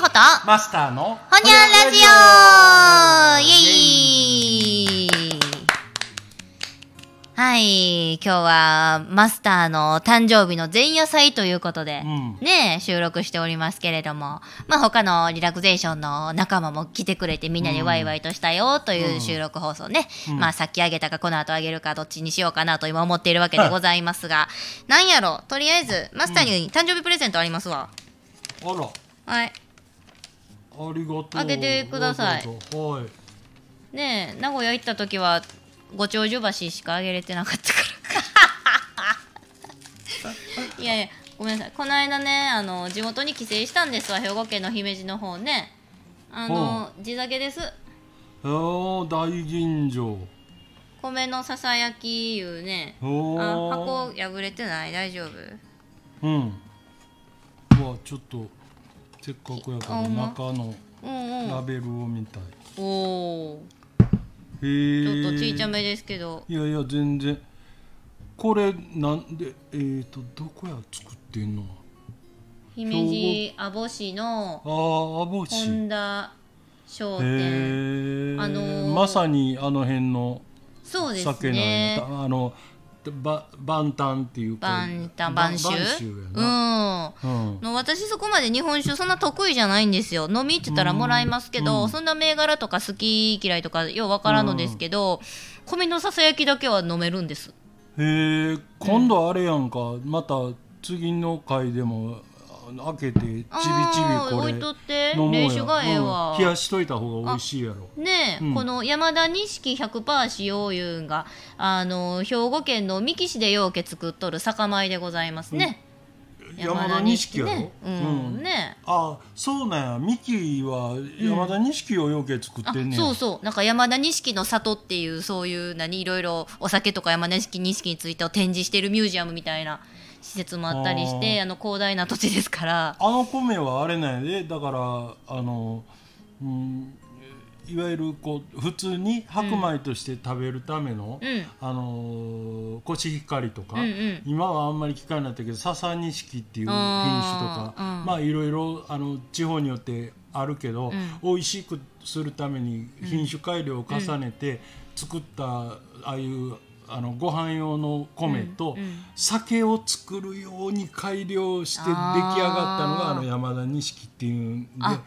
ほと、マスターのほにゃんラジオイエイはい、今日はマスターの誕生日の前夜祭ということで、うんねえ、収録しておりますけれども、まあ他のリラクゼーションの仲間も来てくれてみんなでワイワイとしたよという収録放送ね、まあさっきあげたかこの後あげるかどっちにしようかなと今思っているわけでございますが、なんやろ、とりあえずマスターに誕生日プレゼントありますわ。あらはい。ありがとう開けてくださいわざわざはいねえ名古屋行った時はご長寿橋しかあげれてなかったから いやいやごめんなさいこの間ねあの地元に帰省したんですわ兵庫県の姫路の方ねあの地酒ですおー大吟醸米のささやきいうねあおー箱破れてない大丈夫うんうわちょっとせっかくやかあらほんま中のうんうラんベルを見たい、おおへえーちょっとちいちゃめですけどいやいや全然これなんでえー、とどこや作ってんの姫路網干のああ網干本田商へ店え、あのーまさにあの辺のそうです酒なんやねたあのば万端っていうかバンタバンシ晩ュやなううんんの私そこまで日本酒そんな得意じゃないんですよ飲みって言ったらもらいますけど、そんな銘柄とか好き嫌いとかようわからんのですけど、米のささやきだけは飲めるんですへえ今度あれやんか、また次の回でもあ開けてちびちびあーこれ置いとって飲もうや冷酒がええわうん冷やしといた方が美味しいやろねえ、うんこの山田錦100%使用いうんがあの兵庫県の三木市でようけ作っとる酒米でございますね、山田錦やろ、ねうん、ねえあそうなんやミキは山田錦をよけ作っあてんねや、そうそうなんか山田錦の里っていうそういう何いろいろお酒とか山田錦錦についてを展示してるミュージアムみたいな施設もあったりしてああの広大な土地です からあの米はあれなんやでだからあの、うん、いわゆるこう普通に白米として食べるための、うんあのーコシヒカリとか、うんうん今はあんまり聞かないんだけど笹錦っていう品種とかあーうんまあいろいろあの地方によってあるけど、美味しくするために品種改良を重ねて作った、ああいうあのご飯用の米と、酒を作るように改良して出来上がったのがあーあの山田錦っていうんであ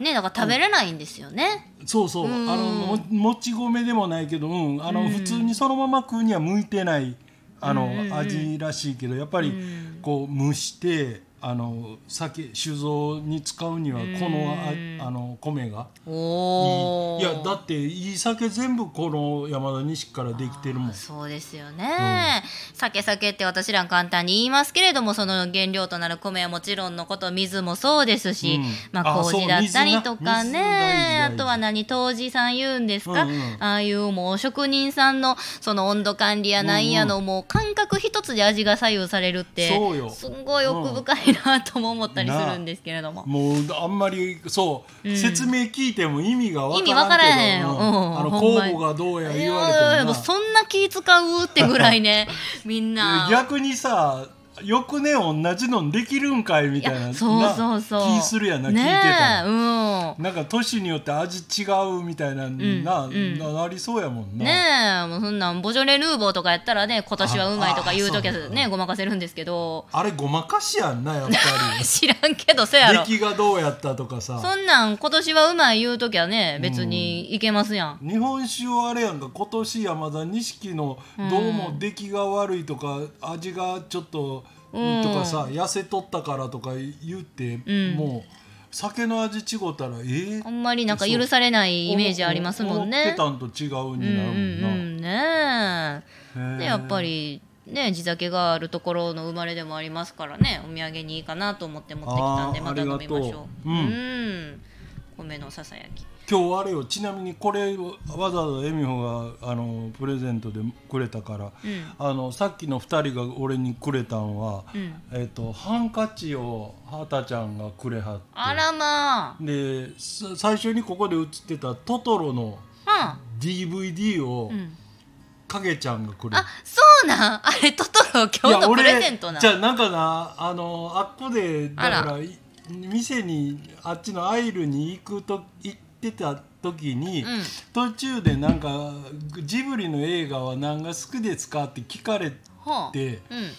ねだから食べれないんですよね、そうそうあのももち米でもないけど、うん、あの普通にそのまま食うには向いてないあの、味らしいけどやっぱりこう蒸してあの酒酒造に使うにはこのあ,、あの米がおおいいやだっていい酒全部この山田錦からできてるもん。そうですよね、酒酒って私ら簡単に言いますけれどもその原料となる米はもちろんのこと水もそうですし、うんまああ麹だったりとかそう水なね水大事大あ事とは何杜氏さん言うんですか、うんうんああいうもう職人さんのその温度管理やなんやの、もう感覚一つで味が左右されるってそうよすんごい奥深いなとも思ったりするんですけれども。もうあんまりそう、説明聞いても意味がわからんけど意味わからへんよううんあのほん酵まに母がどうやい言われてもやいなやそんな気使うってぐらい ねみんな。逆にさ翌年同じのできるんかいみたいなそうなそうそう気するやな、ね聞いてたえらうんなんか年によって味違うみたいな、な,、うんななりそうやもんな、ねえもうそんなんボジョレ・ヌーボーとかやったらね今年はうまいとか言うときああそはうねごまかせるんですけど あれごまかしやんなやっぱ知らんけどせやりろ出来がどうやったとかさそんなん今年はうまい言うときはね別にいけますやん、日本酒をあれやんか今年山田錦のどうも出来が悪いとか、味がちょっと、うんとかさ痩せとったからとか言って、うんもう酒の味違ったらええあんまりなんか許されないイメージありますもん思ねってたんと違ううんうにんなるもんな、うんねえでへえやっぱりね地酒があるところの生まれでもありますからねお土産にいいかなと思って持ってきたんであーまた飲みましょうありがとううんん米のささやき今日あれよちなみにこれをわざわざ恵美穂があのプレゼントでくれたから、うんあのさっきの2人が俺にくれたんは、うんえっとハンカチをはたちゃんがくれはってあらまでさ最初にここで映ってたトトロのあ、 DVD をうん、うん、影ちゃんがくれたあそうなんあれトトロい今や日のプ俺レゼントなじゃあなんかなあのあっこでだあかららい店にあっちのアイルに行くと行ってた時に、うん途中でなんかジブリの映画は何が好きですかって聞かれほう。てうん。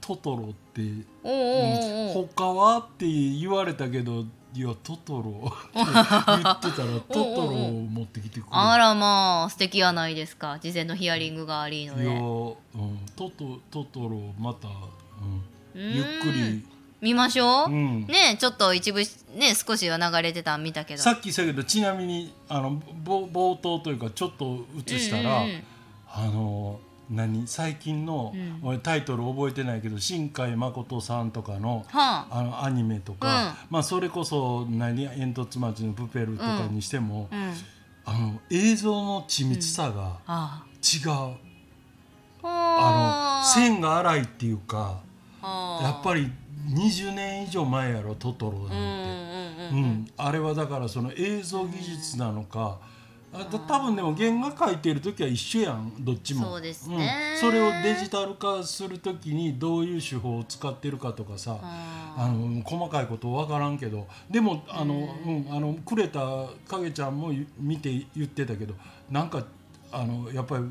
「トトロ」って「おうおううおうおう。ん他は?」って言われたけど「いやトトロ」って言ってたら「トトロを持ってきてくれてあらまあ素敵やないですか事前のヒアリングがありのいや、うでん、トトトトロまた、うん、うんゆっくり、見ましょう、うんねちょっと一部ね少しは流れてたん見たけどさっき言ったけどちなみにあのぼ冒頭というかちょっと映したうら、んうんうんあの何最近の、うん俺タイトル覚えてないけど新海誠さんとかのはああのアニメとか、まあ、それこそ何「煙突町のプペル」とかにしても、うんあの映像の緻密さがあ違う、ああのあ線が荒いっていうか。あやっぱりり20年以上前やろトトロうんうなんて、んううんんうんあれはだからその映像技術なのか、あと多分でも原画描いてる時は一緒やんどっちもそうですねうんそれをデジタル化する時にどういう手法を使ってるかとかさ、ああの細かいこと分からんけどでもあの、うんあのくれた影ちゃんもゆ見て言ってたけどなんかあのやっぱり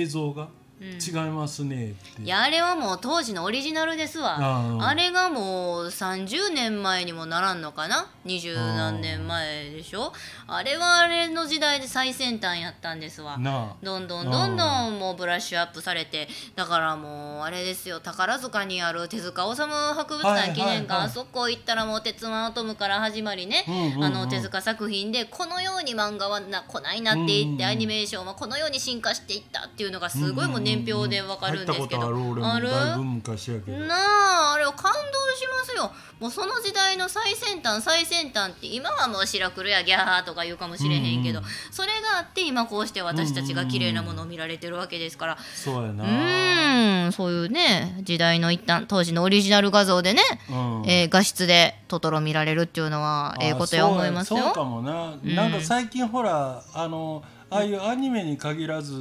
映像が違いますねって、ーいやあれはもう当時のオリジナルですわあああれがもう30年前にもならんのかな二十何年前でしょあれはあれの時代で最先端やったんですわなあどんどんどんどんもうブラッシュアップされてだからもうあれですよ宝塚にある手塚治虫博物館記念はいはいはい館あそこ行ったらもう「鉄腕アトム」から始まりねうんうんうんあの手塚作品でこのように漫画はなこないなっていうっんうんうてんアニメーションはこのように進化していったっていうのがすごいもう年表でわかるんですけど入ったことある俺もだいぶ昔やけどなああれを感動しますよもうその時代の最先端最先端って今はもう白黒やギャーとか言うかもしれへんけど、うんうんそれがあって今こうして私たちが綺麗なものを見られてるわけですからそうやうなーんそういうね時代の一旦当時のオリジナル画像でね、うんえー画質でトトロ見られるっていうのはええことやあそう思いますそうかよ。もな、うんなんか最近ほらあのああいうアニメに限らず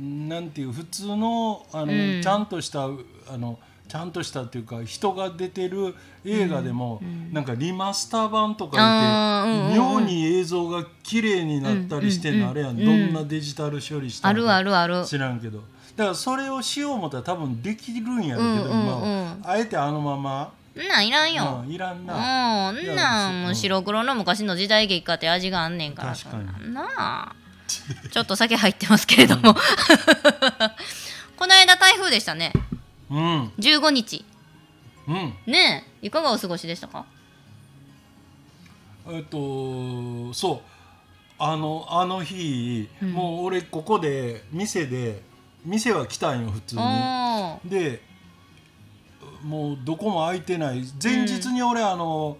なんていう普通のあの、うんちゃんとしたあのちゃんとしたっていうか人が出てる映画でも、なんかリマスター版とか言って、あーうんうんうん妙に映像が綺麗になったりしてんの、うんうんうんあれやん、どんなデジタル処理したあのるかあるある。知らんけどだからそれをしよう思ったら多分できるんやろうけど、うんうんうん今はあえてあのまま、んなんいらんよ。うんいらんうん、な、んなんもう白黒の昔の時代劇かって味があんねんから確かにそんなんなあちょっと酒入ってますけれども この間台風でしたねうん15日うんねえいかがお過ごしでしたかえっとそうあのあの日、もう俺ここで店で店は来たんよ普通におでもうどこも空いてない前日に俺、あの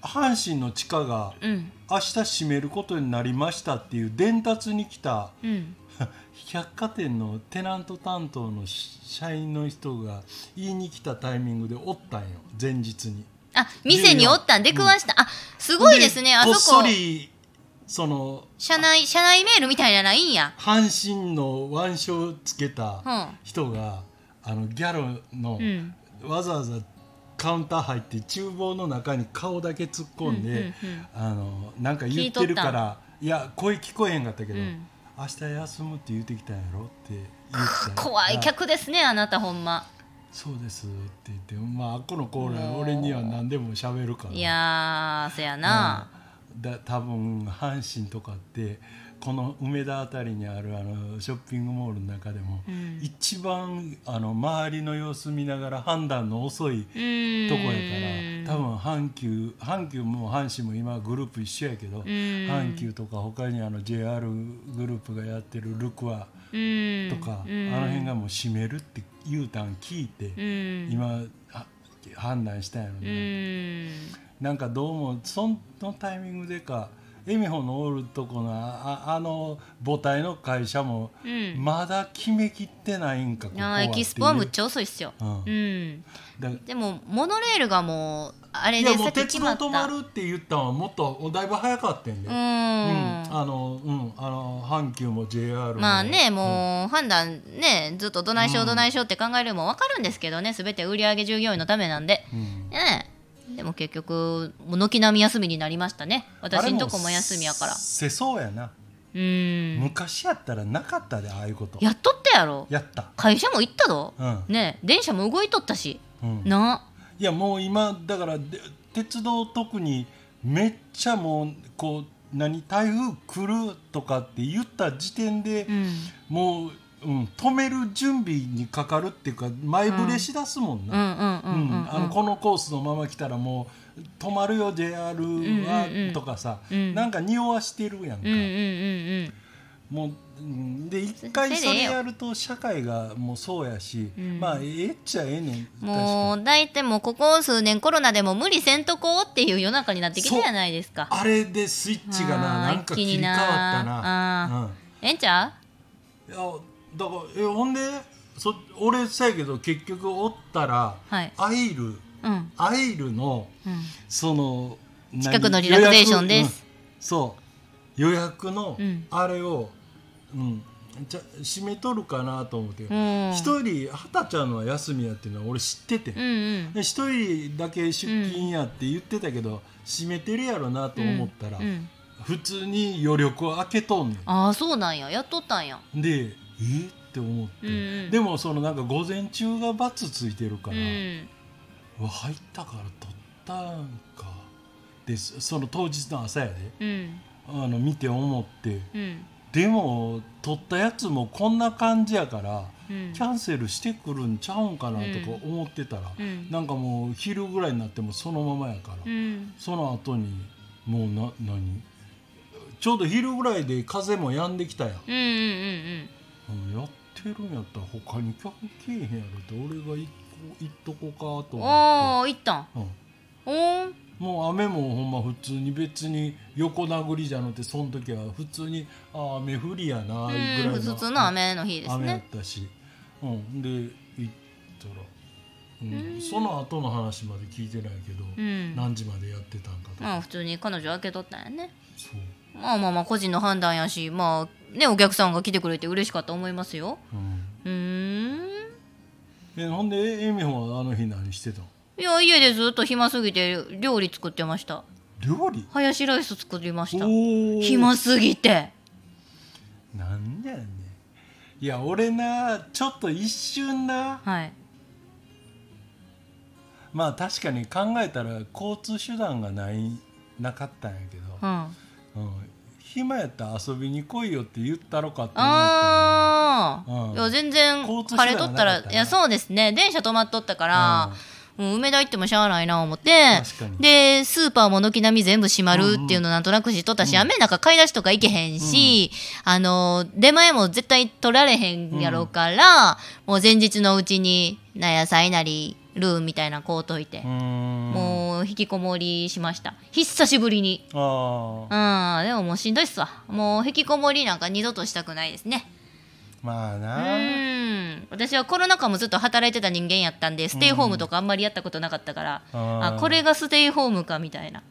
阪神の地下がーうん明日閉めることになりましたっていう伝達に来た うん百貨店のテナント担当の社員の人が言いに来たタイミングでおったんよ前日に。あ店におったん出くわした、あすごいですねあこっそそこりその社内社内メールみたいなのないんや阪神の腕章をつけたうん人が、あのギャロの、うんわざわざカウンター入って厨房の中に顔だけ突っ込んで、うんうんうんあのなんか言ってるからいや声聞こえへんかったけど、うん明日休むって言ってきたんやろって言ったんや怖いあ客ですねあなたほんまそうですって言ってまああっこのコーラ俺には何でも喋るからいやーせやな、だ多分阪神とかってこの梅田あたりにあるあのショッピングモールの中でも、ん一番あの周りの様子見ながら判断の遅いうん、ーんとこやから多分阪急阪急も阪神も今グループ一緒やけど、阪急とか他にあの JR グループがやってるルクアうんとか、うんあの辺がもう閉めるって言うたん聞いて、うん今は判断したんやろね。うんなんかどうもそのタイミングでか恵美穂のおるとこのあああの母体の会社もうんまだ決めきってないんか、ここあはーエキスポはむっちちゃ遅いっすよ、うんうん、ゃでもモノレールがもうあれいでやもう先鉄決ま道った止まるって言ったのはもっとだいぶ早かったんで、うん、うんあのうんあの阪急も JR もまあねもう判断ねずっとどないしようどないしようって考えるのも分かるんですけどね全て売り上げ従業員のためなんで、うんねえでも結局もう軒並み休みになりましたね私んとこも休みやからせそうやな、うん昔やったらなかったでああいうことやっとったやろやった、会社も行ったぞ、うんね電車も動いとったしうん、ないやもう今だからで鉄道特にめっちゃもうこう何台風来るとかって言った時点で、うんもう、うん、止める準備にかかるっていうか前触れしだすもんうんうな、んううんんうんあのこのコースのまま来たらもう「止まるよ JR うんうんは」とかさ、うんなんか匂わしてるやんか、うんうんうんもううんで一回そそれでえれえよやると社会がもうそうやし、うんまあええっちゃええねんうんもう大体もうここ数年コロナでも無理せんとこうっていう世の中になってきたじゃないですかあれでスイッチがなあーなんか切り替わったな一気になええんちゃううん、いやだからえほんでそ俺さやけど結局おったら、はいアイルうんアイルのうんその何近くのリラクゼーションです予約うんそう予約のうんあれを、うんじゃ締めとるかなと思ってうん一、人はたちゃんのは休みやっていうのは俺知ってて、うんうんで一人だけ出勤やって言ってたけど、閉めてるやろなと思ったら、うんうん普通に余力を開けとんねああそうなんややっとったんやんでえーって思って、うんうんでもそのなんか午前中がバツついてるかうら、んうわ入ったから取ったんかでそその当日の朝やでうんあの見て思ってうんでも取ったやつもこんな感じやからうんキャンセルしてくるんちゃうんかなとか思ってたら、うんなんかもう昼ぐらいになってもそのままやから。うんその後にもうな何ちょうど昼ぐらいで風も止んできたやうん、んうんうんうんやってるんやったら他に客来えへんやろって俺が行こ行っとこうかとうん思おおいったんって、うんおーもう雨もほんま普通に別に横殴りじゃなくてその時は普通にあー雨降りやうなぐらいん普通の雨の日です雨やっねたし、うん、で行ったら、うんうんその後の話まで聞いてないけど、うん何時までやってたんかとか、まあ普通に彼女開けとったんやねそう、まあまあまあ個人の判断やしまあねお客さんが来てくれて嬉しかったと思いますようんうーんえほんでえみほんはあの日何してたのいや家でずっと暇すぎて料理作ってました料理ハヤシライス作りましたおお暇すぎてなんだよねんいや俺なちょっと一瞬なはいまあ確かに考えたら交通手段がないなかったんやけど、うんあうん、暇やったら遊びに来いよって言ったろかって思ったあー、うんいや全然交通手枯段れがとっなかったたならいやそうですね電車止まっとったから、もう梅田行ってもしゃあないな思って確かにでスーパーも軒並み全部閉まるっていううんのなんとなく知っとったし、雨の中買い出しとか行けへんし、あの出前も絶対取られへんやろうから、もう前日のうちにな野菜なりルーみたいなの買うといてう、んうーんもう引きこもりしました久しぶりにあうあんでももうしんどいっすわもう引きこもりなんか二度としたくないですねまあうな、ん私はコロナ禍もずっと働いてた人間やったんでステイホームとかあんまりやったことなかったから、うんあこれがステイホームかみたいな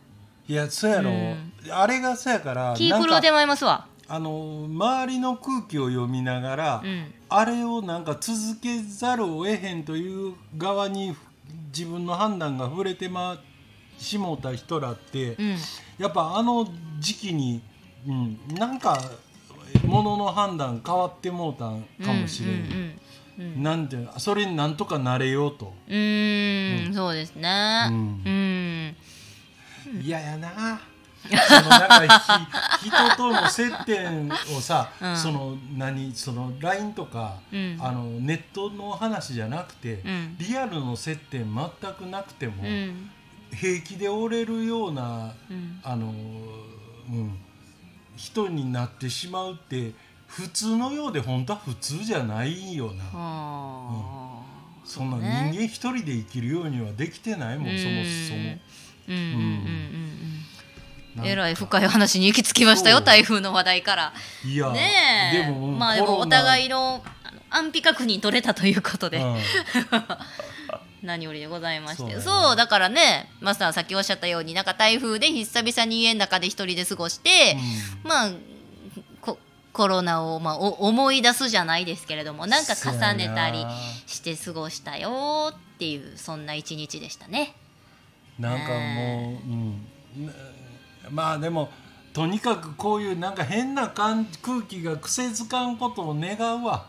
いやそうやろ、うんあれがそうやから気狂なうんてかまいりますわあの周りの空気を読みながら、うんあれをなんか続けざるを得へんという側に自分の判断が触れてましもうた人らって、うんやっぱあの時期に、うん、なんかものの判断変わってもうたんかもしれん、うんうんうんなんていうのそれになんとかなれようとうーんそうですねううんん、うん嫌やなそのなんかひ人との接点をさ、うんその何その LINE とか、うんあのネットの話じゃなくて、んリアルの接点全くなくても、平気で折れるようなうんあの、うん、人になってしまうって普通のようで本当は普通じゃないよな、はあそんなう人ね間一人で生きるようにはできてないもん、そもそも。うんうんうんうんうんなんかえらい深い話に行き着きましたよそう台風の話題からいやねえでもまあでもおい互いのあの安否確認取れたということで、うん何よりでございましてそそう,、うだよねだからねマスターさっきおっしゃったようになんか台風で久々に家の中で一人で過ごして、まあこコロナを、まあ、お思い出すじゃないですけれども なんか重ねたりそうやなして過ごしたよっていうそんな一日でしたね。なんかもう、うん、なまあでもとにかくこういうなんか変な感空気が癖づかんことを願うわ。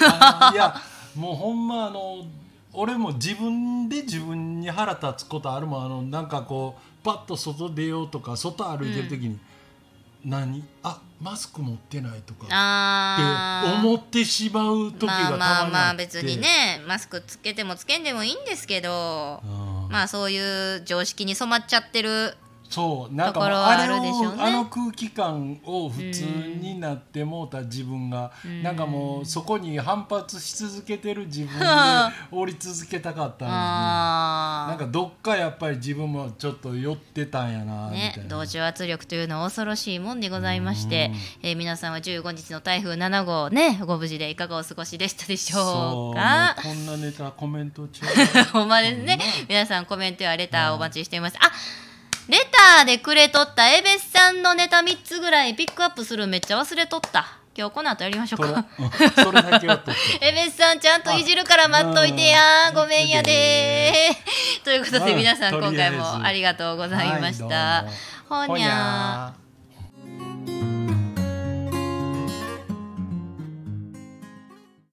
あの いやもうほんまあの俺も自分で自分に腹立つことあるもんあのなんかこうパッと外出ようとか外歩いてる時に「何あマスク持ってない」とかってあー思ってしまう時がまあたまにまあまああって別に。ねマスクつけてもつけんでもいいんですけどうんまあそういう常識に染まっちゃってるそうなんかところはああれをるでしょうねあの空気感を普通になってもうた自分が、なんかもうそこに反発し続けてる自分 で降り続けたかったのになんあかどっかやっぱり自分もちょっと酔ってたんやなあみたねいな、同調圧力というのは恐ろしいもんでございまして、えー皆さんは15日の台風7号ねご無事でいかがお過ごしでしたでしょそううかもうこんなネタコメント中ほんまですね。皆さんコメントやレターお待ちしています。あレターでくれとったエベスさんのネタ3つぐらいピックアップするめっちゃ忘れとった。今日この後やりましょうそれ,、うんか。、それだけはとってエベスさんちゃんといじるから待っといてやうんごめんやでー ということでうん皆さんとりあえ今回ずもありがとうございました。はいどうもほにゃー。ー